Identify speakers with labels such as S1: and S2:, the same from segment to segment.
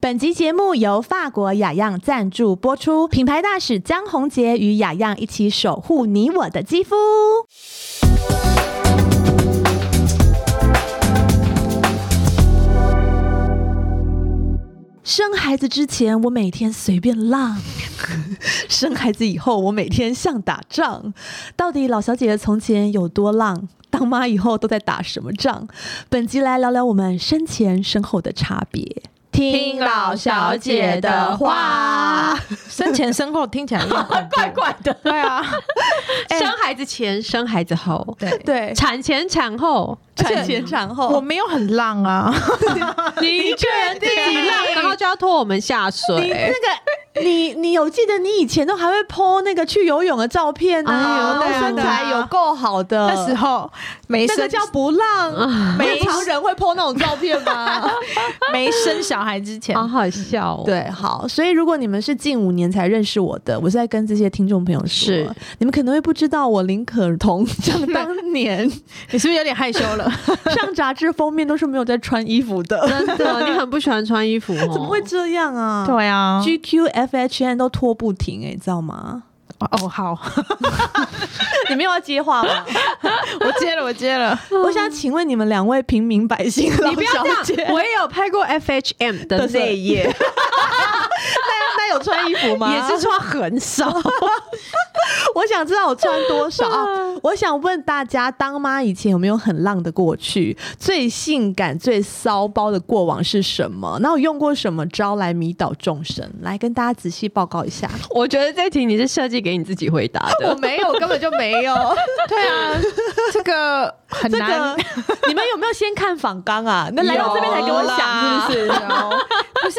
S1: 本集节目由法国雅漾赞助播出，品牌大使江宏杰与雅漾一起守护你我的肌肤。生孩子之前，我每天随便浪； 生孩子以后，我每天像打仗。到底老小姐姐从前有多浪？当妈以后都在打什么仗？本集来聊聊我们生前身后的差别。
S2: 听老小姐的话，
S3: 生前身后听起来有点恐怖
S2: 怪怪的。
S3: 对啊，哎
S2: 生孩子前，生孩子后，
S3: 对，
S1: 对，
S2: 产前产后，
S1: 产前产
S3: 我
S1: 后，
S3: 没有很浪啊，
S2: 你一个人自己浪，然后就要拖我们
S1: 你
S2: 下
S1: 那
S2: 水。
S1: 个你你有记得你以前都还会 po 那个去游泳的照片啊，
S2: 哎呦
S1: 然后身材有够好的
S3: 那时候
S1: 呃
S3: 没
S1: 那
S3: 生
S1: 个叫不浪，
S3: 没
S1: 没常人会 po 那种照片 吗？
S3: 没生小孩之前，
S2: 好好笑哦！，
S1: 对，好，所以如果你们是近五年才认识我的，我是在跟这些听众朋友说，
S2: 是
S1: 你们可能会不知道我林可 彤想当年
S3: 你是不是有点害羞 了？
S1: 上杂志封面都是没有在穿衣服 的，
S2: 真的，你很不喜欢穿衣服哦？
S1: 怎么会这样啊？
S3: 对啊，
S1: GQ、FHN 都拖不停哎、你知道吗？
S3: 哦好，
S1: 你们有要接话吗？
S3: 我接了，我接了。
S1: 我想请问你们两位平民百姓老
S2: 你不要
S1: 小
S2: 这
S1: 姐
S2: 样，，我也有拍过 FHM 的内页，
S1: 页。那那有穿衣服吗？
S2: 也是。穿 很少。
S1: 我想知道我穿多少啊？我想问大家，当妈以前有没有很浪的过去？最性感、最骚包的过往是什么？然后用过什么招来迷倒众生？来跟大家仔细报告一下。
S2: 我觉得这题你是设计给你自己回答
S3: 我
S1: 哦
S2: 的，
S3: 没有，根本就没有。 对啊，这个很
S1: 这
S3: 难
S1: 个。 你们有没有先看访纲啊？那来到这边才给我想，是不是？
S3: 是？啊 不是，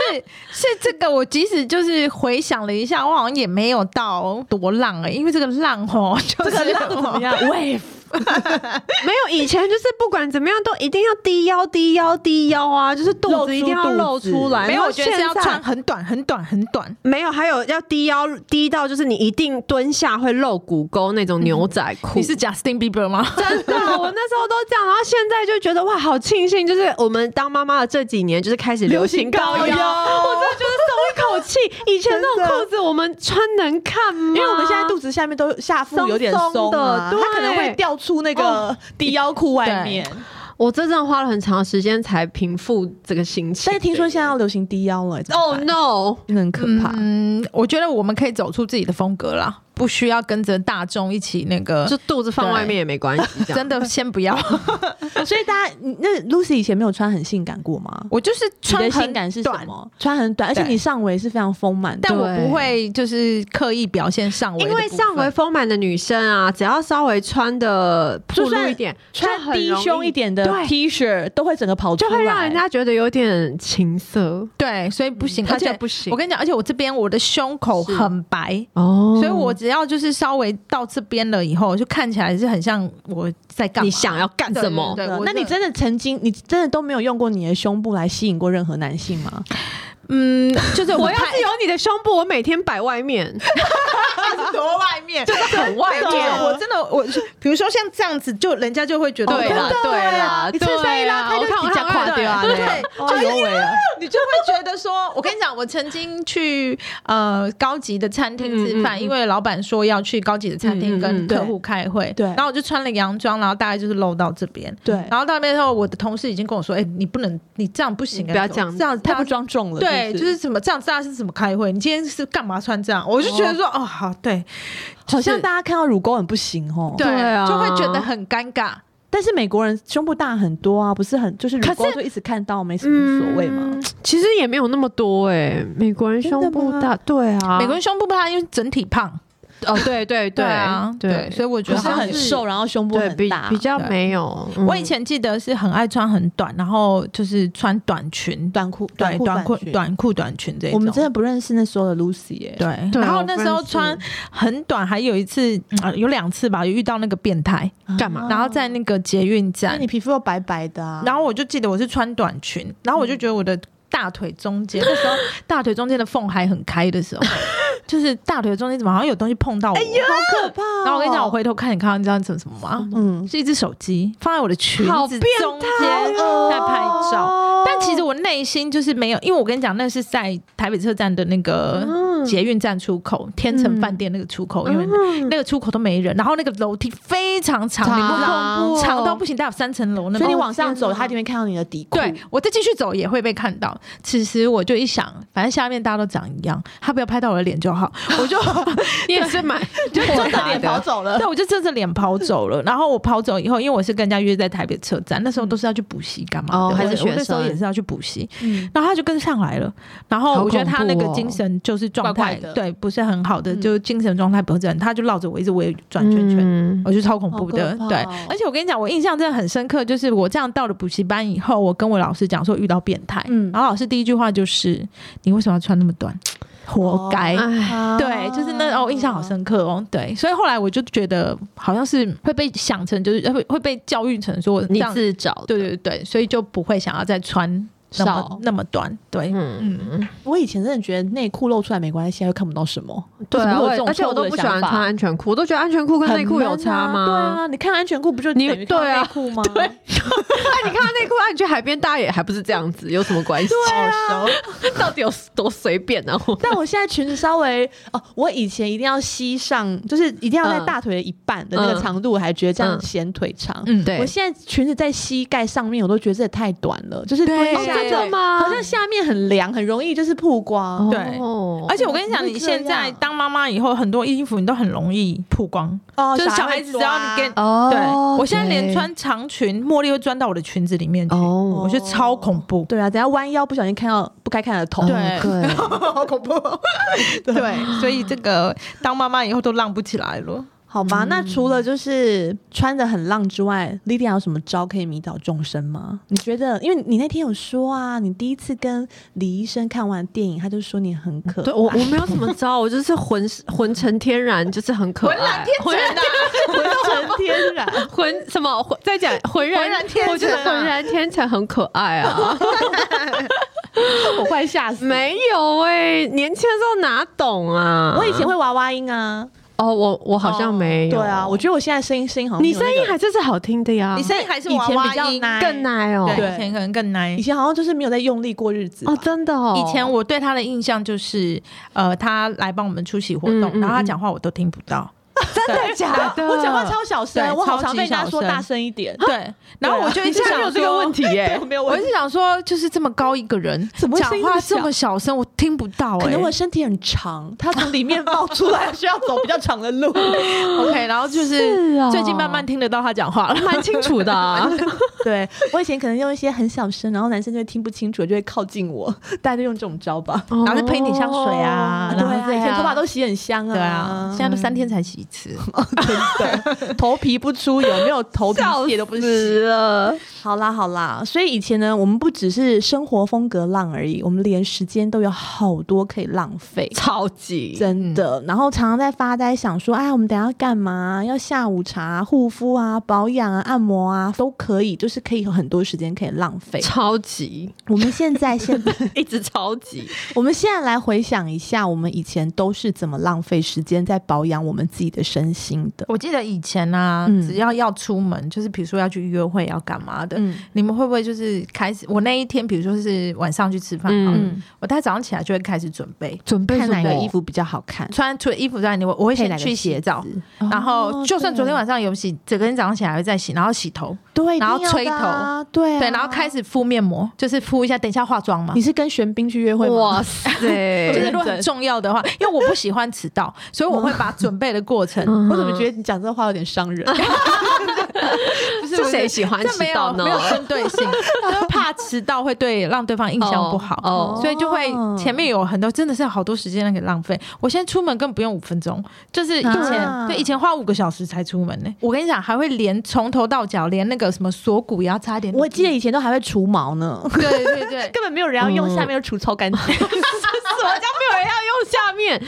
S3: 是这个。我即使就是回想了一下，我好像也没有到多浪哎、因为这个浪哦，就是、
S1: 这个浪怎么样？？Wave
S2: 没有以前就是不管怎么样都一定要低腰低腰低腰啊，就是肚子一定要露出来。
S3: 没有，我觉得是
S2: 然
S3: 要
S2: 后现在
S3: 穿很短、很短、很短。
S2: 没有，还有要低腰低到就是你一定蹲下会露骨沟那种牛仔裤。
S3: 你是 Justin Bieber 吗？
S2: 真 的，我那时候都这样，然后现在就觉得哇，好庆幸，就是我们当妈妈的这几年，就是开始流行高腰，
S1: 流行高腰
S2: 我真的觉得松一口气。以前那种裤子我们穿能看吗？
S1: 因为我们现在肚子下面都下腹有点啊松哦
S2: 松
S1: 啊
S2: 的对
S1: 它可能会掉出那个低腰裤外面。
S2: 我这真正花了很长时间才平复这个心情。
S1: 但是听说现在要流行低腰了，欸
S2: 在，Oh no！
S1: 真的很可怕。
S3: 哦嗯，我觉得我们可以走出自己的风格啦，不需要跟着大众一起那个
S2: 就。肚子放外面也没关系，这样
S3: 真的先不要，
S1: 所以大家，你那 Lucy 以前没有穿很性感过吗？
S3: 我就是
S1: 你的
S3: 穿
S1: 性
S3: 很
S1: 感是什
S3: 短，
S1: 么？穿很短，而且
S3: 对
S1: 你上围是非常丰满的。
S3: 但我
S2: 对
S3: 不会就是刻意表现上围的
S2: 因
S3: 部分，
S2: 为上围丰满的女生啊，只要稍微穿的暴
S1: 就
S2: 露
S1: 算
S2: 一点，就
S1: 穿
S2: 很
S1: 低
S2: 容易
S1: 胸一，点的
S2: 对
S1: T 恤都会整个跑出
S2: 就
S1: 来，
S2: 会让人家觉得有点情色，
S3: 对，所以不行，
S2: 他
S3: 而
S2: 就
S3: 且
S2: 不行
S3: 我。跟你讲，而且我这边我的胸口
S2: 是
S3: 很白，
S2: 哦
S3: 所以我只要就是稍微到这边了以后，就看起来是很像我在干嘛。
S2: 你 想要干什么？
S3: 对对对我
S1: 那你真的曾经，你真的都没有用过你的胸部来吸引过任何男性吗？
S3: 嗯，就是我
S2: 我要是有你的胸部，我每天摆外 面，
S3: 多外面，就是
S2: 很外
S1: 对
S3: 对我真的我，比如说像这样子，就人家就会觉得哦
S2: 对啦
S1: 真
S3: 了，
S1: 的
S2: 哦对啊啦，
S1: 你衬衫一拉开
S2: 对
S1: 就
S2: 啊我看
S1: 直接
S2: 我
S1: 垮
S2: 看
S1: 掉啊
S2: 对
S1: 那
S3: 对
S2: 对，
S1: 哦，有尾了，
S3: 你就会觉得说，我跟你讲，我曾经去呃高级的餐厅吃
S2: 嗯嗯
S3: 饭，
S2: 嗯
S3: 因为老板说要去高级的餐厅
S2: 嗯嗯
S3: 跟
S2: 嗯
S3: 客户开会，
S1: 对
S3: 然后我就穿了洋装，然后大概就是露到这边，
S1: 对
S3: 然后到那边之后，我的同事已经跟我说，哎，你不能，你这样不行啊，
S2: 你不要这样
S3: 这样
S1: 太
S3: 大
S1: 不
S3: 家
S1: 庄重了。
S3: 对，
S1: 不
S3: 就是怎么这样，大家是怎么开会？你今天是干嘛穿这样？我就觉得说，哦，好，对，
S1: 好
S3: 就
S1: 像
S3: 是
S1: 大家看到乳沟很不行哦。
S3: 对
S2: 对啊
S3: 就会觉得很尴尬。
S1: 但是美国人胸部大很多啊，不是很就是乳沟就一直看到，没什么所谓嘛。
S2: 嗯其实也没有那么多哎，美国人胸部
S1: 真的
S2: 大，对啊，
S3: 美国人胸部不大，因为整体胖，
S2: 哦，对对
S3: 对啊，
S2: 对，
S3: 所以我觉
S1: 不
S3: 得
S1: 是
S3: 好像
S1: 很瘦，然后胸部
S2: 对
S1: 很
S2: 比
S1: 大
S2: 比。较
S3: 对
S2: 没有。嗯
S3: 我以前记得是很爱穿很短，然后就是穿短裙，
S1: 短裤、
S3: 对，
S1: 裤、
S3: 短裤、
S1: 裙。
S3: 短裤、短裙这一种。
S1: 我们真的不认识那时候的 Lucy 耶、
S3: 对，
S2: 对啊
S3: 然
S2: 我
S3: 后
S2: 不
S3: 那时候
S2: 认识
S3: 穿很短，还有一次、嗯啊有两次吧，有遇到那个变态，
S2: 干嘛
S3: 然后在那个捷运
S1: 啊哦那
S3: 站
S1: 你，皮肤又白白的啊，
S3: 然后我就记得我是穿短裙，然后我就觉得我的大腿中间，那时候大腿中间的缝还很开的时候，就是大腿中间怎么好像有东西碰到我？
S1: 好可怕哦！
S3: 然后我跟你讲，我回头看，你看到你知道什么什么吗？
S1: 嗯，
S3: 是一只手机放在我的裙
S2: 好
S3: 子
S2: 变
S3: 中
S2: 态
S3: 间
S2: 哦
S3: 在拍照。
S1: 哦
S3: 但其实我内心就是没有，因为我跟你讲，那是在台北车站的那个
S2: 嗯
S3: 捷运站出口、天成饭店那个出口，因为
S2: 嗯
S3: 那个出口都没人，然后那个楼梯非常长，
S1: 长
S3: 你不知
S1: 好恐怖
S3: 道，
S1: 哦
S3: 长到不行，大概有三层楼那
S1: 所以你
S3: 种。
S1: 往上走，
S2: 天哪
S1: 他一定会看到你的底裤。
S3: 对，我再继续走也会被看到。其实我就一想，反正下面大家都长一样，他不要拍到我的脸就好，我就
S2: 你也是蛮
S1: 就
S2: 豁
S1: 着
S2: 达
S1: 脸跑
S2: 的，
S1: 走了
S3: 对，。我就正着脸跑走了。然后我跑走以后，因为我是跟人家约在台北车站，那时候都是要去补习干嘛的，
S2: 哦还
S3: 我
S2: 是
S3: 我
S2: 学
S3: 那时候
S2: 生
S3: 也是要去补习，
S1: 嗯
S3: 然后他就跟上来了。然后我觉得
S2: 好
S3: 他
S2: 恐
S3: 那
S2: 怖
S3: 个
S2: 哦
S3: 精神就是状态，
S1: 怪怪的
S3: 对，不是很好的，
S1: 嗯
S3: 就精神状态不是很，他就绕着我一直围转圈圈。
S2: 圈，
S3: 我觉得超恐怖的，
S1: 好可怕
S3: 对
S1: 哦。
S3: 而且我跟你讲，我印象真的很深刻，就是我这样到了补习班以后，我跟我老师讲说遇到变态，
S1: 嗯
S3: 然后老师第一句话就是：“你为什么要穿那么短？活该。
S2: 哎，
S1: 啊
S3: 对，就是那哦，印象好。深刻哦。对，所以后来我就觉得好像是会被想成，就是会会被教育成说
S4: 你
S3: 这样
S4: 自找
S3: 对
S4: 的，
S3: 对对，所以就不会想要再穿那么
S4: 少
S3: 那么短。对，
S2: 嗯，
S3: 嗯，
S1: 我以前真的觉得内裤露出来没关系，现在又看不到什么。
S2: 对
S1: 怎
S2: 啊，
S1: 么
S2: 我
S1: 会有这
S2: 也
S1: 种
S2: 而且
S1: 错
S2: 我
S1: 误
S2: 都
S1: 的
S2: 不喜欢
S1: 想法
S2: 穿安全裤，我都觉得安全裤跟内裤有差吗？
S1: 很闷啊对啊，你看安全裤不就等于
S2: 你
S1: 看
S2: 对啊
S1: 内裤吗？
S2: 对哎，你看到内裤，啊，你去海边大野还不是这样子，有什么关系？哦啊
S1: 好熟。
S2: 到底有多随便啊？我
S1: 但我现在裙子稍微哦，我以前一定要膝上，就是一定要在
S2: 嗯
S1: 大腿的一半的那个
S2: 嗯
S1: 长度，我还觉得这样
S2: 嗯
S1: 显腿长。
S3: 嗯
S2: 对
S1: 我现在裙子在膝盖上面，我都觉得这也太短了，就是
S3: 对
S1: 蹲
S3: 哦
S1: 下
S3: 真
S1: 就
S3: 的
S2: 吗
S1: 好像下面很凉，很容易就是曝光。
S3: 对
S2: 哦
S3: 而且我跟你讲，
S2: 怎么会
S3: 你现
S2: 这
S3: 在
S2: 样
S3: 当妈妈以后，很多衣服你都很容易曝光。
S1: 哦
S3: 就是小孩子只啊要你给，
S2: 哦
S3: 对我现在连
S2: 对
S3: 穿长裙，茉莉会钻到我的裙子里面去，
S2: 哦
S3: 我觉得超恐怖。
S1: 对啊，等下弯腰不小心看到不该看的头。
S3: 对
S2: 对，
S1: 好恐怖、
S3: 对，所以这个当妈妈以后都浪不起来了。
S1: 好吧，那除了就是穿的很浪之外，莉迪亚有什么招可以迷倒众生吗？你觉得？因为你那天有说啊，你第一次跟李医生看完电影，他就说你很可
S2: 对我我没有什么招，我就是浑浑成天然，就是很可爱，浑然天
S3: 浑然
S1: 浑成天然。
S2: 浑什么浑再讲浑然
S3: 浑然天成啊
S2: 我觉得浑然天成很可爱 啊，
S1: 我快吓死！
S2: 没有哎、年轻的时候哪懂啊？
S1: 我以前会娃娃音啊，
S2: 哦，我我好像没有，
S1: 对啊，我觉得我现在声音声音好像没
S2: 你
S1: 有那
S2: 声
S1: 个、
S2: 音还真是好听的呀，
S3: 你声音还是
S1: 以
S3: 娃
S1: 前
S3: 娃
S1: 比较
S3: 音，
S1: 奶
S2: 更奶哦、
S1: 对
S3: 啊对，以前可能更奶
S1: 以。前好像就是没有在用力过日子吧
S2: 哦，真的哦，
S3: 以前我对他的印象就是，呃，他来帮我们出席活动，
S2: 嗯嗯
S3: 然后他
S2: 嗯
S3: 讲话我都听不到。
S2: 真的假 的？啊
S1: 我讲话超小
S3: 对
S1: 声，我好
S3: 超
S1: 常
S3: 级
S1: 被人家
S3: 小
S1: 说
S3: 声
S1: 大声一 点。
S3: 对，啊然后我就一直
S2: 你现在
S3: 想
S2: 没有这个
S3: 说
S2: 问题 耶、
S1: 我 没有
S3: 我
S1: 问
S3: 一
S1: 题，
S3: 直想说，就是这么高一个人，
S1: 怎么会
S3: 讲
S1: 声音
S3: 话
S1: 这
S3: 这
S1: 么
S3: 么小声，我听不到、欸。
S1: 可能我身体很长，它从里面冒出来，需要走比较长的路。
S3: OK，然后就是
S2: 是哦
S3: 最近慢慢听得到他讲话了。
S2: 蛮清楚的、 啊，
S1: 对我以前可能用一些很小声，然后男生就会听不清楚，就会靠近我，大家就用这种招吧。
S2: 然
S3: 后再喷一点香水啊
S1: 对
S3: 然后
S1: 啊，
S3: 这
S1: 以前
S3: 样
S1: 头发都洗很香啊，
S3: 对啊，现在都三天才洗一次。
S1: 头皮不出油，没有头皮屑都不洗。
S2: 了，
S1: 好啦好啦，所以以前呢，我们不只是生活风格浪而已，我们连时间都有好多可以浪费。
S2: 超级。
S1: 真的，然后常常在发呆，想说，哎，我们等一下要干嘛？要下午茶、护肤啊、保养啊、按摩啊，都可以，就是可以有很多时间可以浪费
S2: 超级，
S1: 我们现在现在，
S2: 一直超级，
S1: 我们现在来回想一下，我们以前都是怎么浪费时间在保养我们自己的身心的。
S3: 我记得以前啊，
S1: 嗯
S3: 只要要出门，就是比如说要去约会要干嘛的，
S1: 嗯
S3: 你们会不会就是开始？我那一天，比如说是晚上去吃饭，嗯，
S1: 嗯，
S3: 我大概早上起来就会开始准备。
S2: 准备
S1: 看哪
S2: 什
S1: 个
S2: 么
S1: 衣服比较好看，
S3: 穿除了衣服之外，你我我会
S1: 配
S3: 先
S1: 哪个
S3: 去洗澡，
S1: 鞋子
S3: 然后
S1: 哦
S3: 就算昨天
S1: 对
S3: 晚上有洗，整个人早上起来还会再洗，然后洗头，
S1: 对，
S3: 然后
S1: 一定要的啊，对啊
S3: 对，然后开。始敷面膜，就是敷一下，等一下化妆嘛
S1: 你。是跟玄彬去约会吗？
S2: 哇塞， 哎
S3: 就是如果很重要的话，因为我不喜欢迟到，所以我会把准备的过程，
S2: 嗯
S1: 我怎么觉得你讲这话有点伤 人？
S3: 不是
S2: 是谁喜欢
S3: 这没
S2: 迟到
S3: 有
S2: 呢
S3: 没？有针对 性，就是怕迟到会对让对方印象不好。
S2: 哦
S3: 所以就会前面有很多真的是好多时间给浪费。我现在出门根本不用五分钟，就是以前、
S1: 啊
S3: 对以前花五个小时才出门呢、我跟你讲，还会连从头到脚，连那个什么锁骨也要擦一点。
S1: 我记得以前都还会除毛呢，
S3: 对对对，
S2: 嗯
S1: 根本没有人要用，下面就除超干净。什
S3: 么这样没有人要用下面？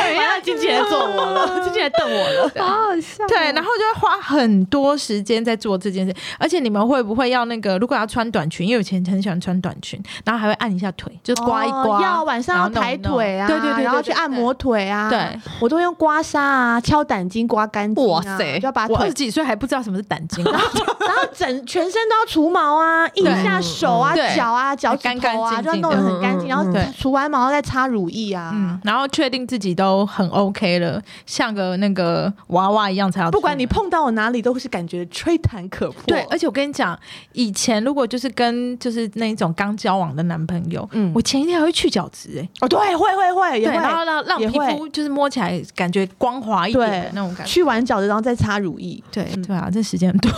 S1: 哎呀，经纪人 揍我了，经纪人瞪我了。
S2: 哦好好笑哦。
S3: 对，然后就会花很多时间在做这件事。而且你们会不会要那个？如果要穿短裙，因为我以前很喜欢穿短裙，然后还会按一下腿，就是刮一刮。
S1: 哦要晚上要
S3: 然后弄
S1: 抬
S3: 一弄
S1: 腿啊，
S3: 对对对，
S1: 然后
S3: 对
S1: 去按。摩腿啊，
S3: 对，
S1: 我都用刮痧啊、敲胆经刮干净、
S3: 对
S1: 啊，
S3: 哇塞！
S1: 就要把
S3: 我二
S1: 腿
S3: 十几岁还不知道什么是胆经，啊
S1: 然后整全身都要除毛啊，印一下手啊、
S3: 对
S1: 脚啊、脚趾
S3: 干干
S1: 头啊，
S3: 净
S1: 就要
S3: 净
S1: 弄得
S3: 的
S1: 很干净，
S2: 嗯
S1: 然后
S2: 嗯嗯
S3: 对
S1: 除完毛再擦乳液啊。
S3: 嗯，然后确定自己都很 OK 了，像个那个娃娃一样才要出门。啊
S1: 不管你碰到我哪里，都会是感觉吹弹可破。
S3: 对，而且我跟你讲，以前如果就是跟就是那一种刚交往的男朋友，
S1: 嗯
S3: 我前一天还会去角质哎、
S1: 哦，对，会会会，也
S3: 对，
S1: 会。
S3: 然后让让
S1: 也
S3: 皮
S1: 会
S3: 肤就是摸起来感觉光滑一点
S1: 对
S3: 的那种感觉。
S1: 去完脚的，然后再擦乳 液。
S3: 对
S1: 嗯
S3: 对啊，这时间很多，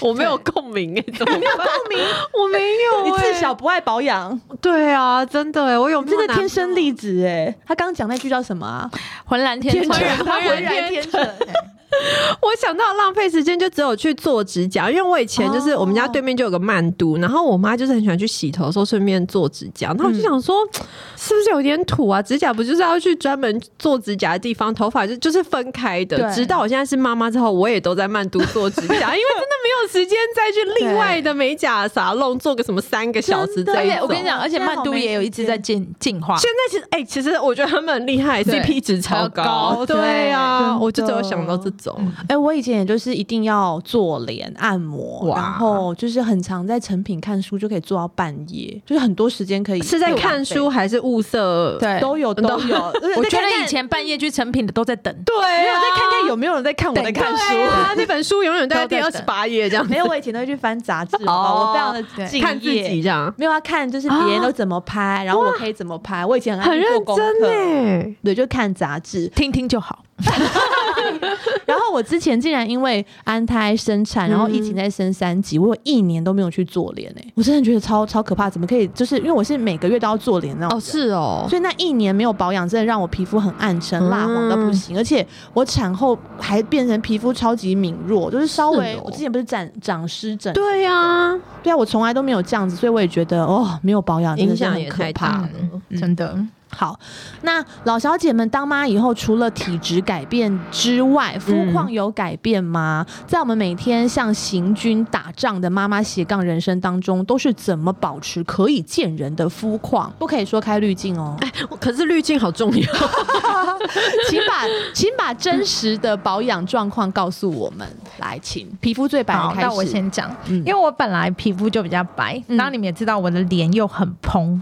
S2: 我没有共鸣哎，怎么办？
S1: 明，
S2: 我没 有
S1: 你
S2: 哎
S1: 自小不爱保 养，
S2: 对啊，真的哎，我有
S1: 欸你真
S2: 没有
S1: 的
S2: 男
S1: 天生丽质哎。他刚刚讲那句叫什么 啊？
S3: 浑然天成，
S1: 他浑然
S3: 天
S1: 天成。
S2: 我想到浪费时间，就只有去做指甲，因为我以前就是
S1: 哦
S2: 我们家对面就有个曼都，然后我妈就是很喜欢去洗头的时候顺便做指甲，然后我
S1: 嗯
S2: 就想说，是不是有点土啊？指甲不就是要去专门做指甲的地方，头发就就是分开的。
S1: 对
S2: 直到我现在是妈妈之后，我也都在曼都做指甲，因为 真的没有时间再去另外的美甲沙龙做个什么三个小时
S1: 真的
S2: 这一种
S3: 而且。我跟你讲，而且
S1: 现在
S3: 曼
S1: 好
S3: 都
S1: 没
S3: 也有一直
S1: 时
S3: 在
S1: 间
S3: 进进化。
S2: 现在其实哎、其实我觉得他们很厉害
S3: 对
S2: ，CP 值超
S3: 超
S2: 高。
S3: 高
S2: 对
S1: 对真
S2: 啊，
S1: 的
S2: 我就只有想到这种。
S3: 嗯
S1: 哎、我以前也就是一定要做脸按摩，
S2: 哇
S1: 然后就是很常在成品看书，就可以做到半夜，就是很多时间可以
S2: 是在看书还是物色？
S3: 对
S1: 都有都有。
S3: 我
S1: 我
S3: 觉得以前半夜去成品的都在等，
S2: 对
S1: 没有
S2: 啊，
S1: 再看看有没有人在看我在看
S2: 对
S1: 书。
S2: 啊，那本书永远都在第
S3: 都
S2: 二
S3: 在
S2: 十
S3: 等
S2: 八页这样 子
S1: 没，有，我以前都会去翻杂志，
S2: 哦
S1: 好不好我非常
S3: 对
S1: 的敬业。
S2: 看自己这样，
S1: 没有要看，就是别人都怎么拍，然后我可以怎么拍。我以前很爱去做功课，
S2: 呢。
S1: 对，就看杂志。
S3: 听听就好。
S1: 然后我之前竟然因为安胎生产，
S2: 嗯
S1: 然后疫情再生三级，我有一年都没有去做脸诶、我真的觉得超超可怕，怎么可以？就是因为我是每个月都要做脸那种，
S2: 哦，是哦，
S1: 所以那一年没有保养，真的让我皮肤很暗沉、蜡黄到不
S2: 嗯
S1: 行，而且我产后还变成皮肤超级敏弱，就是稍微、
S2: 是哦
S1: 我之前不是长长湿疹，
S2: 对呀，
S1: 对啊，我从来都没有这样子，所以我也觉得哦，没有保养真的
S2: 影
S1: 是
S2: 响
S1: 很
S2: 也
S1: 可
S2: 太
S1: 怕
S2: 大。了。
S3: 真的，
S1: 好，那老小姐们当妈以后，除了体质改变之外，肤
S3: 嗯
S1: 况有改变吗？在我们每天像行军打仗的妈妈斜杠人生当中，都是怎么保持可以见人的肤况？不可以说开滤镜 哦，
S2: 可是滤镜好重要，
S1: 请把请把真实的保养状况告诉我们。来，请皮肤最白的
S3: 好，
S1: 开始。
S3: 那我先讲，
S1: 嗯
S3: 因为我本来皮肤就比较白，
S1: 嗯
S3: 然后你们也知道我的脸又很 蓬，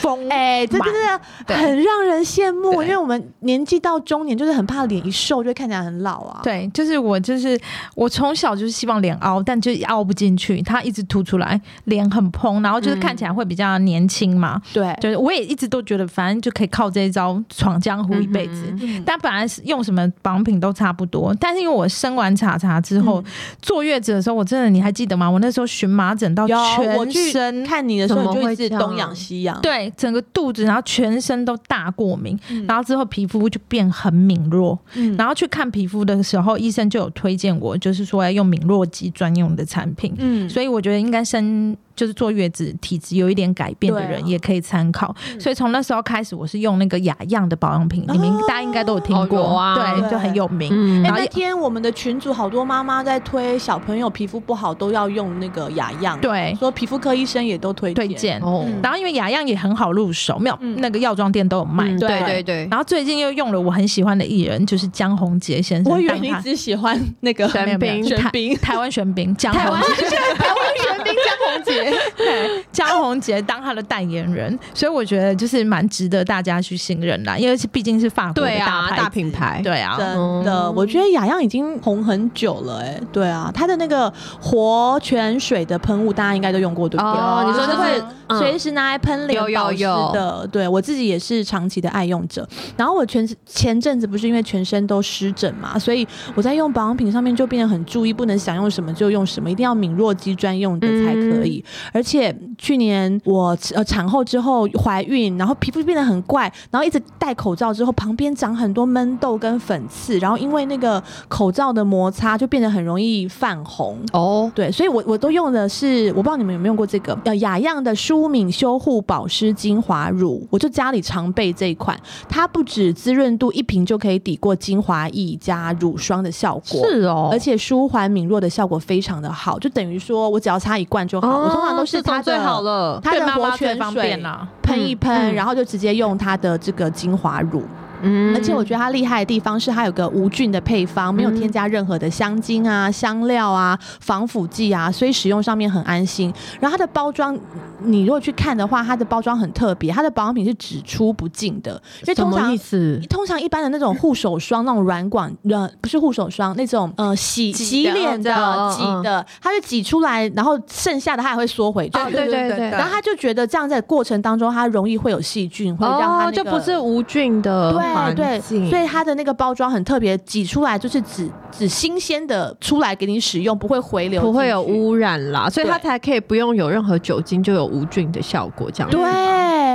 S3: 丰
S1: 哎、这
S3: 满
S1: 真的
S3: 对
S1: 很让人羡慕，
S3: 对
S1: 因为我们年纪到中年，就是很怕脸一瘦就会看起来很老啊。
S3: 对，就是我，就是我从小就是希望脸凹，但就是凹不进去，它一直凸出来，脸很蓬，然后就是看起来会比较年轻嘛。
S1: 对
S3: 就是我也一直都觉得，反正就可以靠这一招闯江湖一辈子。
S2: 嗯
S1: 嗯
S3: 但本来是用什么保养品都差不多，但是因为我生完查查之后、
S1: 嗯
S3: 坐月子的时候，我真的你还记得吗？我那时候荨麻疹到
S1: 有我
S3: 全
S1: 去
S3: 身，
S1: 看你的时候，
S2: 怎么
S1: 你就
S2: 会
S1: 一直
S2: 这样
S1: 东仰西仰。
S3: 对，整个肚子，然后全身都大过敏，
S1: 嗯
S3: 然后之后皮肤就变很敏弱，
S1: 嗯，
S3: 然后去看皮肤的时候，医生就有推荐我，就是说要用敏弱肌专用的产品。
S1: 嗯
S3: 所以我觉得应该生就是坐月子体质有一点改变的
S1: 对啊
S3: 人也可以参考。所以从那时候开始，我是用那个雅漾的保养品，
S1: 哦
S3: 你们大家应该都有听过，
S2: 哦有啊
S3: 对，
S1: 对
S3: 就很有名。
S2: 嗯
S1: 哎、
S3: 然后
S1: 那天我们的群主好多妈妈在推小朋友皮肤不好都要用那个雅漾，，
S3: 对，
S1: 说皮肤科医生也都推
S3: 推
S1: 荐。
S3: 荐。
S2: 哦
S1: 嗯
S3: 然后因为雅漾也很好入手，没有、
S1: 嗯
S3: 那个药妆店都有卖。
S2: 嗯
S1: 对
S2: 对对对，
S3: 然后最近又用了我很喜欢的艺人，就是江宏杰先生。
S1: 我以为
S3: 但
S1: 你
S3: 他
S1: 只喜欢那个
S2: 玄彬
S1: 玄
S3: 台
S1: 彬，
S3: 台湾玄彬， 江宏杰，
S1: 台湾玄彬江宏杰。
S3: 对，江宏杰当他的代言人，所以我觉得就是蛮值得大家去信任啦，因为是毕竟是法国的
S2: 对
S3: 大
S2: 啊，
S3: 牌，
S2: 大品牌，
S3: 对啊，
S1: 真的，我觉得雅漾已经红很久了、哎，对啊，它的那个活泉水的喷雾，大家应该都用过，对不对？
S2: 哦，你说
S1: 就
S2: 就是是嗯
S1: 随时拿来喷脸
S2: 有有
S1: 保湿的，对我自己也是长期的爱用者。然后我全前阵子不是因为全身都湿疹嘛，所以我在用保养品上面就变得很注意，不能想用什么就用什么，一定要敏弱肌专用的才可以。
S2: 嗯
S1: 而且去年我呃产后之后怀孕，然后皮肤变得很怪，然后一直戴口罩之后，旁边长很多闷痘跟粉刺，然后因为那个口罩的摩擦，就变得很容易泛红。
S2: 哦，
S1: 对，所以我我都用的是，我不知道你们有没有用过这个，呃，雅漾的舒舒敏修护保湿精华乳，我就家里常备这一款，它不止滋润度一瓶就可以抵过精华液加乳霜的效果。
S2: 是哦，
S1: 而且舒缓敏弱的效果非常的好，就等于说我只要擦一罐就好。
S2: 哦
S1: 我通
S3: 啊
S1: 常都是
S2: 这种
S1: 它的
S2: 最好了，
S1: 它
S3: 对
S1: 的
S3: 妈
S1: 活
S3: 妈最
S1: 泉
S3: 方
S1: 水
S3: 便啦。
S1: 喷一喷，
S2: 嗯嗯
S1: 然后就直接用它的这个精华乳。
S2: 嗯
S1: 而且我觉得它厉害的地方是它有个无菌的配方，没有添加任何的香精啊、香料啊、防腐剂啊，所以使用上面很安心。然后它的包装，你如果去看的话，它的包装很特别，它的保养品是只出不进的，因为
S2: 什
S1: 通
S2: 么
S1: 常
S2: 意。思？
S1: 通常一般的那种护手霜，那种软管，呃，不是护手霜，那种呃洗
S2: 挤的
S1: 洗脸的
S2: 哦
S1: 挤
S2: 对哦
S1: 的，它是挤出来，然后剩下的它还会缩回去。
S2: 哦对对对
S1: 然后他就觉得这样在过程当中，它容易会有细菌，会让它、那
S2: 哦，
S1: 个
S2: 就不是无菌的
S1: 对
S2: 环
S1: 对，
S2: 境，
S1: 所以它的那个包装很特别，挤出来就是只只新鲜的出来给你使用，不会回流，
S2: 不会有。污染啦，所以它
S1: 对
S2: 才可以不用有任何酒精就有无菌的效果，这样
S1: 对，
S2: 嗯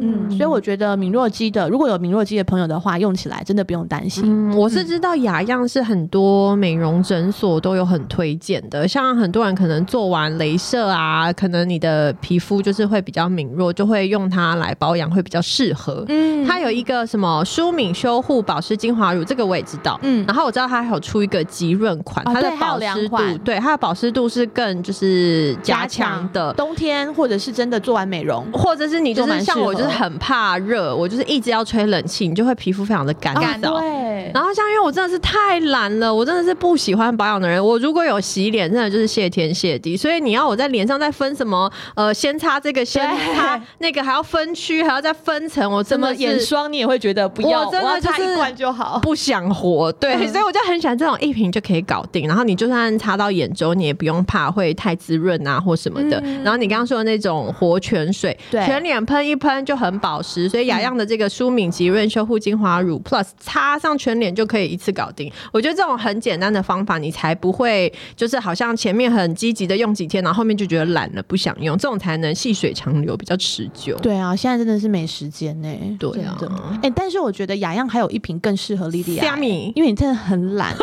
S1: 嗯，所以我觉得敏弱肌的，如果有敏弱肌的朋友的话，用起来真的不用担心。
S2: 嗯，我是知道雅漾是很多美容诊所都有很推荐的，像很多人可能做完镭射啊，可能你的皮肤就是会比较敏弱，就会用它来保养会比较适合。
S1: 嗯
S2: 它有一个什么舒敏修护保湿精华乳，这个我也知道。
S1: 嗯
S2: 然后我知道它还有出一个极润款，
S1: 哦
S2: 它的
S1: 对还有
S2: 保
S1: 两
S2: 湿度，
S1: 款
S2: 对它的保湿度是更就是加强的，
S1: 冬天或者是真的做完美容，
S2: 或者是你就
S1: 都
S2: 是
S1: 蛮
S2: 像
S1: 适
S2: 我就是
S1: 合
S2: 很怕热，我就是一直要吹冷气，你就会皮肤非常的干
S1: 啊
S2: 燥。
S1: 对，
S2: 哦然后像因为我真的是太懒了，我真的是不喜欢保养的人。我如果有洗脸，真的就是谢天谢地。所以你要我在脸上再分什么呃，先擦这个，先擦那个，还要分区，还要再分层，我
S1: 什
S2: 真
S1: 么
S2: 的
S1: 眼
S2: 是
S1: 霜你也会觉得不要，
S2: 我真的
S1: 要擦
S2: 就是
S1: 一罐就好。
S2: 不想活。对，
S1: 嗯
S2: 所以我就很喜欢这种一瓶就可以搞定。然后你就算擦到眼周，你也不用怕会太滋润啊或什么的。
S1: 嗯
S2: 然后你刚刚说的那种活泉水，
S1: 对
S2: 全脸喷一喷就很保湿。所以雅漾的这个舒敏极润修护精华乳 Plus 擦上全脸就可以一次搞定。我觉得这种很简单的方法，你才不会就是好像前面很积极的用几天，然后后面就觉得懒了不想用，这种才能细水长流，比较持久。
S1: 对啊，现在真的是没时间呢、
S2: 对啊
S1: 真的哎、但是我觉得雅漾还有一瓶更适合莉莉亚、
S2: 虾米
S1: 因为你真的很懒，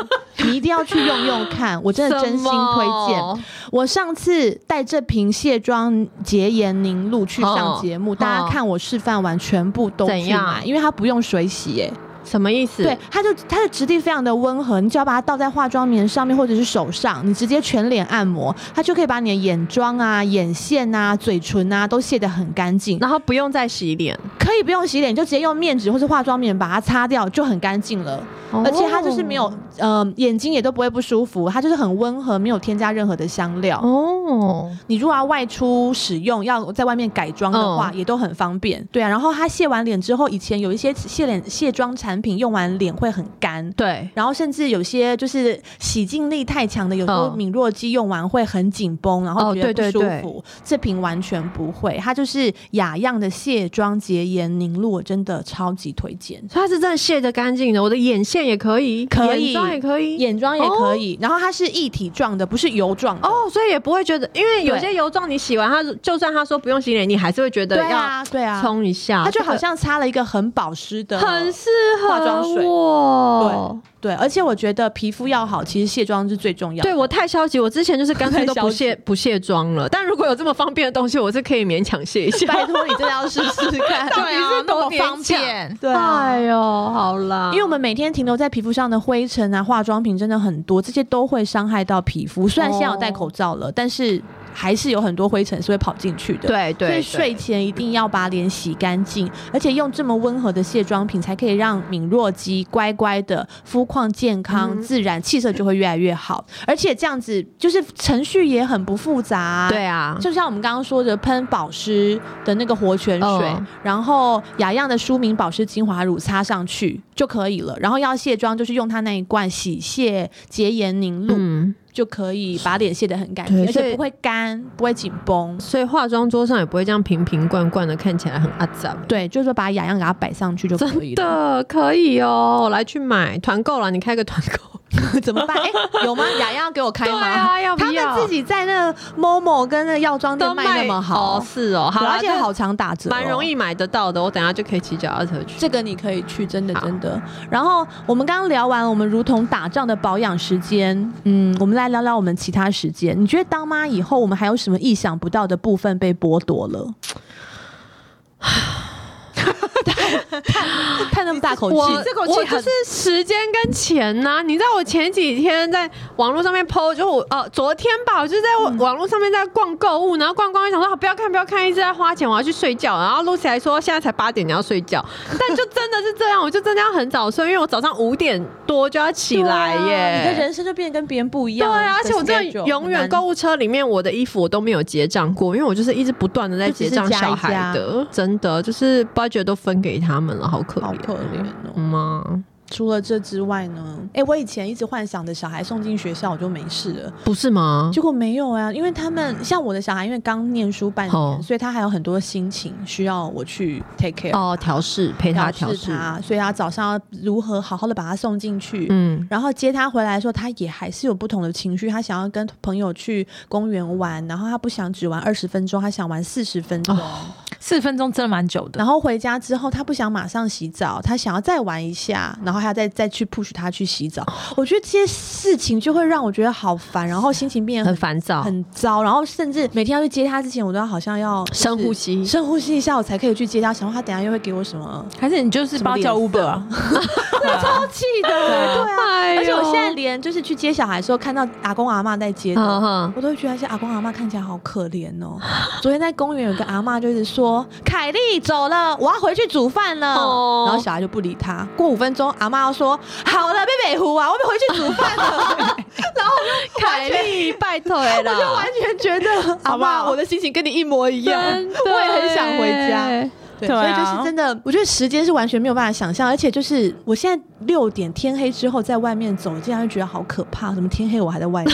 S1: 你一定要去用用看，我真的真心推
S2: 什么
S1: 荐。我上次带这瓶卸妆洁颜凝露去上
S2: 哦
S1: 节目，大
S2: 哦
S1: 家看我示范完，全部都
S2: 怎
S1: 去
S2: 样
S1: 买，因为它不用水洗、哎，
S2: 什么意思？
S1: 对，它就它的质地非常的温和，你只要把它倒在化妆棉上面或者是手上，你直接全脸按摩，它就可以把你的眼妆啊、眼线啊、嘴唇啊都卸得很干净。
S2: 然后不用再洗脸，
S1: 可以不用洗脸，你就直接用面纸或是化妆棉把它擦掉，就很干净了。
S2: 哦
S1: 而且它就是没有，呃，眼睛也都不会不舒服，它就是很温和，没有添加任何的香料。
S2: 哦，
S1: 你如果要外出使用，要在外面改妆的话，
S2: 嗯
S1: 也都很方便。对啊，然后它卸完脸之后，以前有一些卸脸卸妆产品用完脸会很干。
S2: 对，
S1: 然后甚至有些就是洗净力太强的，有时候
S2: 嗯
S1: 敏弱肌用完会很紧绷，然后
S2: 哦
S1: 觉得不
S2: 对对
S1: 舒服。
S2: 对
S1: 这瓶完全不会，它就是雅漾的卸妆洁颜凝露，我真的超级推荐。
S2: 所以它是真的卸得干净的，我的眼线也可以，
S1: 可以
S2: 眼妆也可以，
S1: 眼妆也可以，然后它是一体状的，不是油状的。
S2: 哦，所以也不会觉得，因为有
S1: 对
S2: 些油妆你洗完它，就算他说不用洗脸，你还是会觉得
S1: 对
S2: 要
S1: 啊，对啊，
S2: 冲一下，
S1: 它就
S2: 这个
S1: 好像擦了一个很保湿的，
S2: 很适合
S1: 化妆水
S2: 我。
S1: 对，而且我觉得皮肤要好，其实卸妆是最重要的。
S2: 对我太消极，我之前就是干脆都
S1: 太
S2: 不
S1: 消极
S2: 卸不卸妆了。但如果有这么方便的东西，我是可以勉强卸一 下。
S1: 拜托你真的要试试看。
S3: 到底
S2: 对
S3: 是多
S2: 啊那么
S3: 方
S2: 勉强
S3: 便？
S1: 对啊
S2: 哎呦，好啦，
S1: 因为我们每天停留在皮肤上的灰尘啊、化妆品真的很多，这些都会伤害到皮肤。虽然现在有戴口罩了，但是还是有很多灰尘是会跑进去的。
S2: 对对
S1: 所以
S2: 对
S1: 睡前一定要把脸洗干净，而且用这么温和的卸妆品，才可以让敏弱肌乖乖的肤况健康、
S2: 嗯
S1: 自然，气色就会越来越好。而且这样子就是程序也很不复杂、啊。
S2: 对啊，
S1: 就像我们刚刚说的，喷保湿的那个活泉水，
S2: 嗯
S1: 然后雅漾的舒敏保湿精华乳擦上去就可以了。然后要卸妆，就是用它那一罐洗卸洁颜凝露，
S2: 嗯。
S1: 就可以把脸卸得很干净，
S2: 对
S1: 而
S2: 所以
S1: 且不会干，不会紧绷。
S2: 所以化妆桌上也不会这样瓶瓶罐罐的，看起来很阿杂。
S1: 对，就是说把雅漾给它摆上去就可以
S2: 真
S1: 了。
S2: 的可以哦，我来去买团购了，你开个团购。
S1: 怎么办？哎、有 吗？雅雅给我开吗？
S2: 对啊要不
S1: 他
S2: 要
S1: 们自己在那某某跟那药妆店卖那么好，
S2: 哦，是哦，好
S1: 对
S2: 啦，
S1: 而且
S2: 这
S1: 好哦常打折、
S2: 蛮容。易买得到的，我等一下就可以骑脚踏车去。
S1: 这个你可以去，真的
S2: 好
S1: 真的。然后我们刚刚聊完，我们如同打仗的保养时间，嗯，我们来聊聊我们其他时间。你觉得当妈以后，我们还有什么意想不到的部分被剥夺 了？叹叹那么大口气，
S2: 我
S3: 这口气
S2: 我
S3: 很
S2: 就是时间跟钱呐、你知道我前几天在网络上面 PO，就我呃昨天吧，我就是在网络上面在逛购物，然后逛逛，想说好不要看不要看，一直在花钱，我要去睡觉。然后 Lucy 还说现在才八点你要睡觉， 但就真的是这样，我就真的要很早睡，因为我早上五点多就要起来耶。
S1: 对啊你的 人生就变得跟别人不一
S2: 对
S1: 样。
S2: 啊，而且我真的
S1: schedule，
S2: 永远
S1: 很难
S2: 购物车里面我的衣服我都没有结账过，因为我就是一直不断的在结账
S1: 就只是加
S2: 小
S1: 一加
S2: 孩的，真的就是 budget 都分给他们了，好可
S1: 好可
S2: 怜
S1: 怜哦。
S2: 吗？
S1: 除了这之外呢？哎、我以前一直幻想着小孩送进学校我就没事了，
S2: 不是吗？
S1: 结果没有啊，因为他们像我的小孩，因为刚念书半年，
S2: 哦
S1: 所以他还有很多心情需要我去 take care，、
S2: 哦，调试陪他调
S1: 试
S2: 试，
S1: 他，所以他早上要如何好好的把他送进去。
S2: 嗯，
S1: 然后接他回来的时候，他也还是有不同的情绪。他想要跟朋友去公园玩，然后他不想只玩二十分钟，他想玩四十分钟。
S2: 哦
S3: 四分钟真的蛮久的。
S1: 然后回家之后，他不想马上洗澡，他想要再玩一下，
S2: 嗯
S1: 然后还要再再去 push 他去洗澡。我觉得这些事情就会让我觉得好烦，然后心情变得
S2: 很
S1: 很
S2: 烦躁，
S1: 很糟，然后甚至每天要去接他之前，我都要好像要就是
S2: 深呼吸
S1: 深呼吸一下，我才可以去接他。想说他等一下又会给我什么？
S3: 还是你就是帮他叫
S1: 什么
S3: Uber，
S1: 脸
S3: 啊
S1: 超气 的，对
S2: 哎
S1: 啊。
S2: 呦
S1: 而且我现在连就是去接小孩的时候，看到阿公阿嬷在接
S2: 嗯
S1: 的，
S2: 哼，
S1: 我都会觉得那些阿公阿妈看起来好可怜哦。 昨天在公园有个阿妈就一直说：“凯莉走了，我要回去煮饭了。
S2: 哦
S1: 然后小孩就不理他。过五分钟，阿妈又说：“好了，贝贝虎啊，我们回去煮饭了。” 然后我就
S2: 凯
S1: 完全，
S2: 莉，拜托了，
S1: 我就完全觉得阿
S3: 好不好
S1: 妈，我的心情跟你一
S2: 哎
S1: 模一样，
S2: 真的
S1: 我也很想回家。
S2: 耶。
S1: 对，
S3: 对
S1: 所以
S3: 啊
S1: 就是真的，我觉得时间是完全没有办法想象，而且就是我现在六点天黑之后在外面走，竟然就觉得好可怕，什么天黑我还在外面，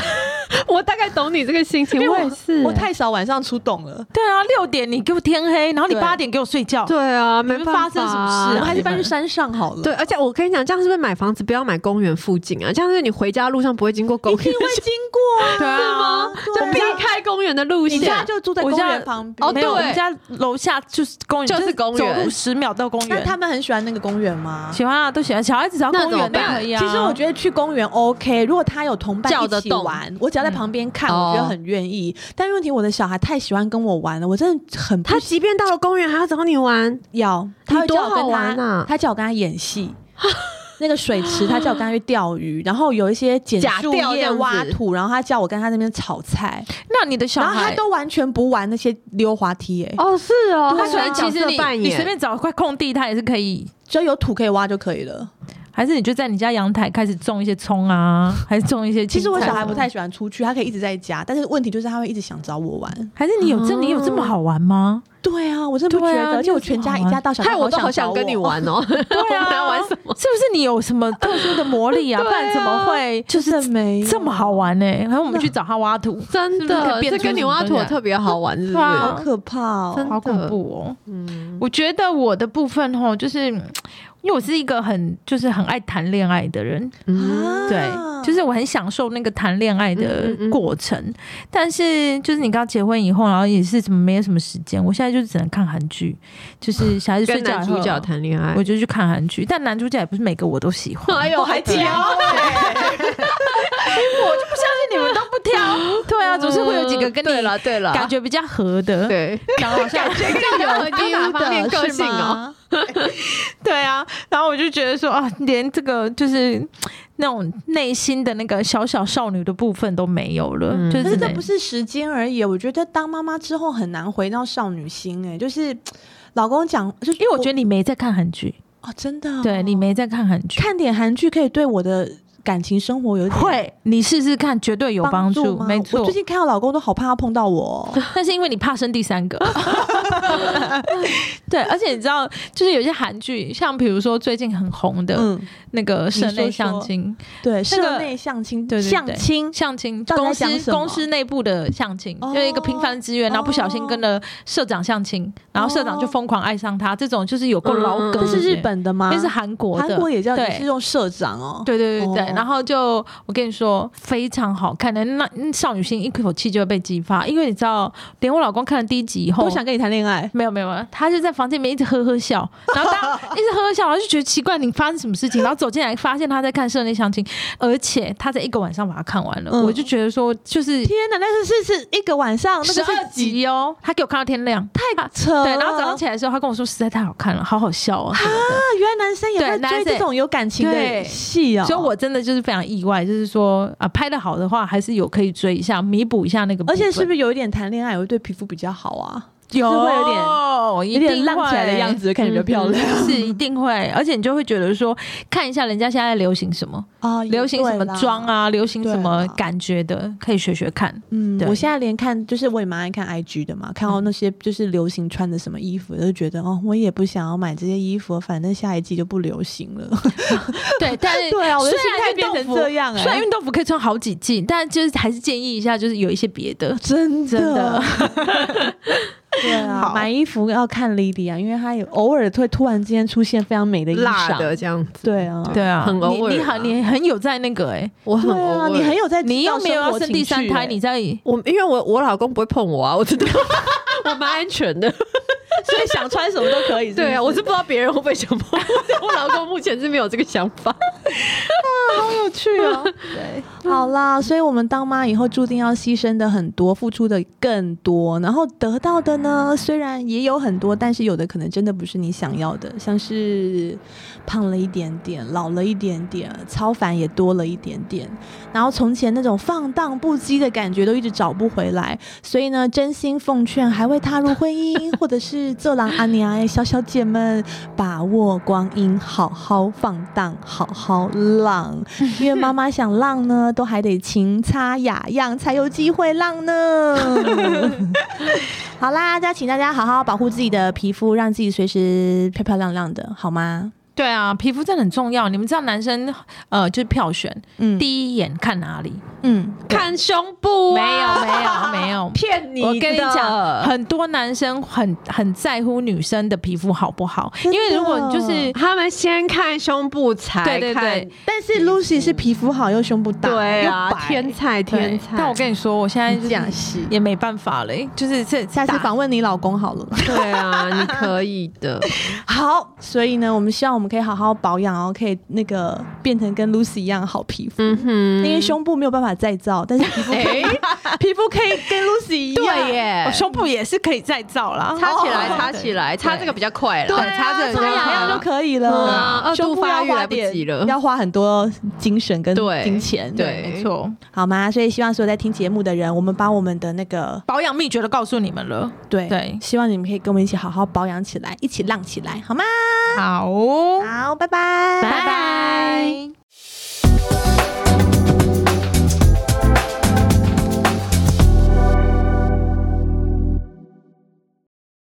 S2: 我大概懂你这个心情，
S1: 因为
S2: 我也是，
S1: 我太少晚上出动了。
S3: 对啊，六点你给我天黑，然后你
S1: 对
S3: 八点给我睡觉，
S2: 对啊，没
S3: 们
S2: 办
S3: 发生
S2: 法
S3: 什么
S1: 我
S3: 事啊
S1: 们还是搬去山上好了。
S2: 对，，而且我跟你讲，这样是不是买房子不要买公园附近啊？这样是你回家路上不会经过公
S1: 一
S2: 园
S1: 定，会经过啊，
S3: 对啊
S1: 是吗？
S2: 就避开公园的路
S1: 你家
S2: 线。
S1: 就住在
S3: 我
S1: 公
S3: 家
S1: 园旁边，
S2: 哦
S3: 没有，我
S2: 对
S3: 们家楼下就是公园，
S2: 就是公园
S3: 走路十秒到公园。
S1: 那他们很喜欢那个公园吗？
S3: 喜欢啊，都喜欢。小孩子只要
S2: 那
S3: 公
S2: 怎
S3: 园
S2: 么
S3: 都
S2: 办
S3: 可以啊。
S1: 其实我觉得去公园 OK，如果他有同伴
S2: 叫
S1: 一
S2: 得
S1: 起
S2: 动
S1: 玩，我只要在旁边看，
S2: 嗯
S1: 我觉
S2: 哦
S1: 得很愿意。但问题我的小孩太喜欢跟我玩了，我真的很不
S2: 他即便到了公园还要找你玩，
S1: 要，他会
S2: 多
S1: 叫我
S2: 好
S1: 跟
S2: 玩
S1: 他，
S2: 啊
S1: 他叫我跟他演 戏。那个水池，他叫我跟他去钓鱼，然后有一些捡
S2: 假
S1: 树
S2: 钓这
S1: 叶
S2: 样
S1: 挖
S2: 子
S1: 土，然后他叫我跟他那边炒菜，
S3: 那你的小
S1: 然后他
S3: 孩
S1: 都完全不玩那些溜滑梯、 欸，
S2: 哦，是哦
S1: 对
S2: 他
S1: 啊
S2: 喜欢角
S3: 其实
S2: 色
S3: 你
S2: 扮
S3: 你
S2: 演，
S3: 随便找一块空地，他也是可以。
S1: 只要有土可以挖就可以了。
S3: 还是你就在你家阳台开始种一些葱啊， 还是种一些
S1: 其
S3: 青菜。
S1: 实我小
S2: 哦
S1: 孩不太喜欢出去，他可以一直在家，但是问题就是他会一直想找我玩。
S3: 还是你有这你有这么好玩吗？
S1: 对啊，我真的不觉
S3: 对啊
S1: 得，而
S3: 你
S1: 且
S3: 有
S1: 我
S3: 什
S1: 全
S3: 么
S1: 家
S3: 好
S1: 一
S3: 玩
S1: 家到小，
S2: 害我都
S1: 好
S2: 好想跟你
S1: 玩。
S2: 玩哦。
S3: 对
S2: 我们要
S3: 啊，
S2: 玩什么
S3: 是不是你有什么特殊的魔力啊？
S2: 对
S3: 不
S2: 啊
S3: 然怎么会
S1: 就是没有
S3: 这么好玩呢？然后我们去找他挖土，
S2: 真
S3: 是不是可
S2: 的
S3: 以，变
S2: 这
S3: 出
S2: 跟
S3: 什
S2: 你
S3: 么
S2: 挖
S3: 东
S2: 土
S3: 西来
S2: 特别好玩，是不
S3: 对啊
S1: 好
S2: 是？
S1: 可怕
S2: 真
S1: 哦！
S3: 好恐
S2: 的
S3: 怖哦。
S2: 嗯，
S3: 我觉得我的部分吼，就是因为我是一个很就是很爱谈恋爱的人，
S1: 啊
S3: 对，就是我很享受那个谈恋爱的
S2: 嗯嗯嗯
S3: 过程，但是就是你刚结婚以后，然后也是怎么没有什么时间，我现在就只能看韩剧，就是小孩子睡
S2: 跟
S3: 觉
S2: 男
S3: 以后
S2: 主角谈恋爱
S3: 我，就去看韩剧，但男主角也不是每个我都喜 欢，
S2: 哎呦，还挑，
S3: 我就不相信你们都不挑， 对啊，总是会有几个跟
S2: 嗯对
S3: 你
S2: 了对了，
S3: 感觉比较合的，
S2: 对，啊
S3: 然后好像
S2: 觉更有哪方面个性哦，
S1: 吗？
S3: 对啊，然后我就觉得说啊，连这个就是那种内心的那个小小少女的部分都没有了，
S2: 嗯
S3: 就
S1: 可
S3: 是
S1: 是
S3: 那
S1: 这不是时间而已，我觉得当妈妈之后很难回到少女心哎，就是老公讲，就是
S3: 因为我觉得你没在看韩剧，
S1: 哦，真的哦，
S3: 对你没在看韩剧，
S1: 看点韩剧可以对我的感情生活有一点
S3: 会你试试看，绝对有帮
S1: 助吗
S3: 没
S1: 我
S3: 错
S1: 最。近看到老公都好怕他碰到我哦，
S3: 但是因为你怕生第三个， 对，而且你知道，就是有些韩剧，像比如说最近很红的
S1: 嗯，
S3: 那个室
S1: 你说
S3: 内相
S1: 说
S3: 亲，
S1: 对，
S3: 那个
S1: 社内相亲，
S3: 对对对
S1: 相亲，
S3: 相亲
S1: 到底在
S3: 公
S1: 讲
S3: 司
S1: 什么
S3: 公司内部的相亲，
S1: 哦
S3: 就一个平凡的职员，然后不小心跟了社长相亲，然后社长就疯狂爱上他，这种就是有够老
S2: 嗯
S3: 梗。
S1: 这是日
S3: 对，
S1: 本的吗？
S3: 这是韩国的，
S1: 韩国也叫
S3: 对
S1: 也是用社长哦。
S3: 对对对对，
S1: 哦
S3: 然后就我跟你说，非常好看的，那那少女心一口气就会被激发，因为你知道，连我老公看了第一集以后
S1: 都，想跟你谈恋爱，
S3: 没有没有没有，他就在房间里面一直呵呵笑，然 后当一直呵呵笑，然后就觉得奇怪，你发生什么事情？然后走进来发现他在看室内相亲，而且他在一个晚上把它看完了，
S1: 嗯
S3: 我就觉得说，就是
S1: 天哪！那个是是一个晚上，那
S3: 十
S1: 个
S3: 二
S1: 是几呃
S3: 集哦，他给我看到天亮，太
S1: 扯了？
S3: 对，然后早上起来的时候，他跟我说实在太好看了，好好笑哦什么的。
S1: 啊，原来男生也
S3: 对
S1: 会
S3: 男生
S1: 追这种有感情
S3: 对
S1: 的戏哦。
S3: 所以我真的就是非常意外，就是说啊，拍的好的话，还是有可以追一下，弥补一下那个部
S1: 而
S3: 分。
S1: 且是不是有一点谈恋爱也会对皮肤比较好啊？
S3: 有
S1: 是会有点
S3: 有
S1: 有点浪起来的样子，看起来比较漂亮
S3: 嗯 是一定会。而且你就会觉得说，看一下人家现在流行什么，
S1: 啊
S3: 流行什么妆？
S1: 也对啦
S3: 啊，流行什么
S1: 对啦
S3: 感觉的，可以学学看。
S1: 嗯
S3: 对，嗯
S1: 我现在连看就是我也蛮爱看 IG 的嘛，看到那些就是流行穿的什么衣服，就觉得哦，我也不想要买这些衣服，反正下一季就不流行 了。
S3: 对，但是
S1: 对啊，我的
S3: 虽
S1: 心
S3: 然
S1: 态
S3: 运
S1: 变
S3: 动
S1: 成
S3: 服
S1: 这样哎、
S3: 虽然运动服可以穿好几季，但就是还是建议一下，就是有一些别的。
S1: 真的
S3: 真的，
S1: 对啊
S2: 好，
S1: 买衣服要看 Lily 啊，因为她有偶尔会突然之间出现非常美的衣
S2: 辣
S1: 裳，
S2: 的这样子，
S1: 对啊，
S3: 对啊，
S2: 很偶尔
S3: 你你
S2: 啊
S3: 很你很有在那个哎、
S2: 我很
S1: 对
S2: 偶
S1: 啊，
S2: 尔
S1: 你很有在知道
S3: 你又没有
S1: 生
S3: 要
S1: 活
S3: 生
S1: 情
S3: 第三
S1: 趣
S3: 胎，
S1: 欸
S3: 你在所
S2: 我因为我我老公不会碰我啊，我知道我蛮安全的。
S3: 以想穿什么都可 以
S2: 对啊，我是不知道别人会不会想碰我，我老公目前是没有这个想法。
S1: 有趣 哦。对，好啦，所以我们当妈以后注定要牺牲的很多，付出的更多，然后得到的呢，虽然也有很多，但是有的可能真的不是你想要的，像是胖了一点点，老了一点点，超凡也多了一点点，然后从前那种放荡不羁的感觉都一直找不回来。所以呢，真心奉劝还未踏入婚姻或者是色狼阿娘哎小小姐们，把握光阴，好好放荡，好好浪。因为妈妈想浪呢，都还得勤擦雅漾才有机会浪 呢。好啦，大家请大家好好保护自己的皮肤，让自己随时漂漂亮亮的，好吗？
S3: 对啊，皮肤真的很重要。你们知道男生呃，就是票选
S1: 嗯
S3: 第一眼看哪里？
S1: 嗯，
S2: 看胸部、。
S3: 没有，没有，没有
S2: 骗你的。
S3: 我跟你讲，很多男生很很在乎女生的皮肤好不好，因
S1: 真的
S3: 为如果你就是
S2: 他们先看胸部才
S3: 对对
S2: 看
S3: 对
S1: 但是 Lucy 是皮肤好又胸部大，
S2: 对啊
S1: 又，白
S2: 天才天
S3: 对
S2: 才。
S3: 但我跟你说，我现在就
S1: 这 样
S3: 是
S1: 细。
S3: 也没办法嘞，就是这
S1: 下次
S3: 打
S1: 访问你老公 好了啦。
S2: 对啊，你可以 的。
S1: 好，所以呢，我们希望我们可以好好保养哦，可以那个变成跟 Lucy 一样好皮肤。
S2: 嗯哼，
S1: 因为胸部没有办法再造，但是皮肤可 以、皮肤可以跟 Lucy 一样。
S2: 对耶
S3: 哦，胸部也是可以再造啦，
S2: 擦起
S3: 哦
S2: 来，擦起来，擦这个比较快了。
S3: 对
S1: 啊
S3: 擦这个
S1: 擦
S3: 就好
S1: 痒
S3: 了
S1: 痒就可以
S2: 嗯
S1: 了
S2: 啊，二
S1: 胸
S2: 度
S1: 部
S2: 发
S1: 要
S2: 育来
S1: 花
S2: 不
S1: 点
S2: 及了
S1: 要花很多精神跟
S2: 对
S1: 金钱，
S2: 对
S3: 没错，
S1: 好吗？所以希望所有在听节目的人，我们把我们的那个
S3: 保养秘诀都告诉你们了。
S1: 对
S3: 对
S1: 希望你们可以跟我们一起好好保养起来，一起浪起来，好吗？
S3: 好，
S1: 好，拜拜，
S3: 拜拜。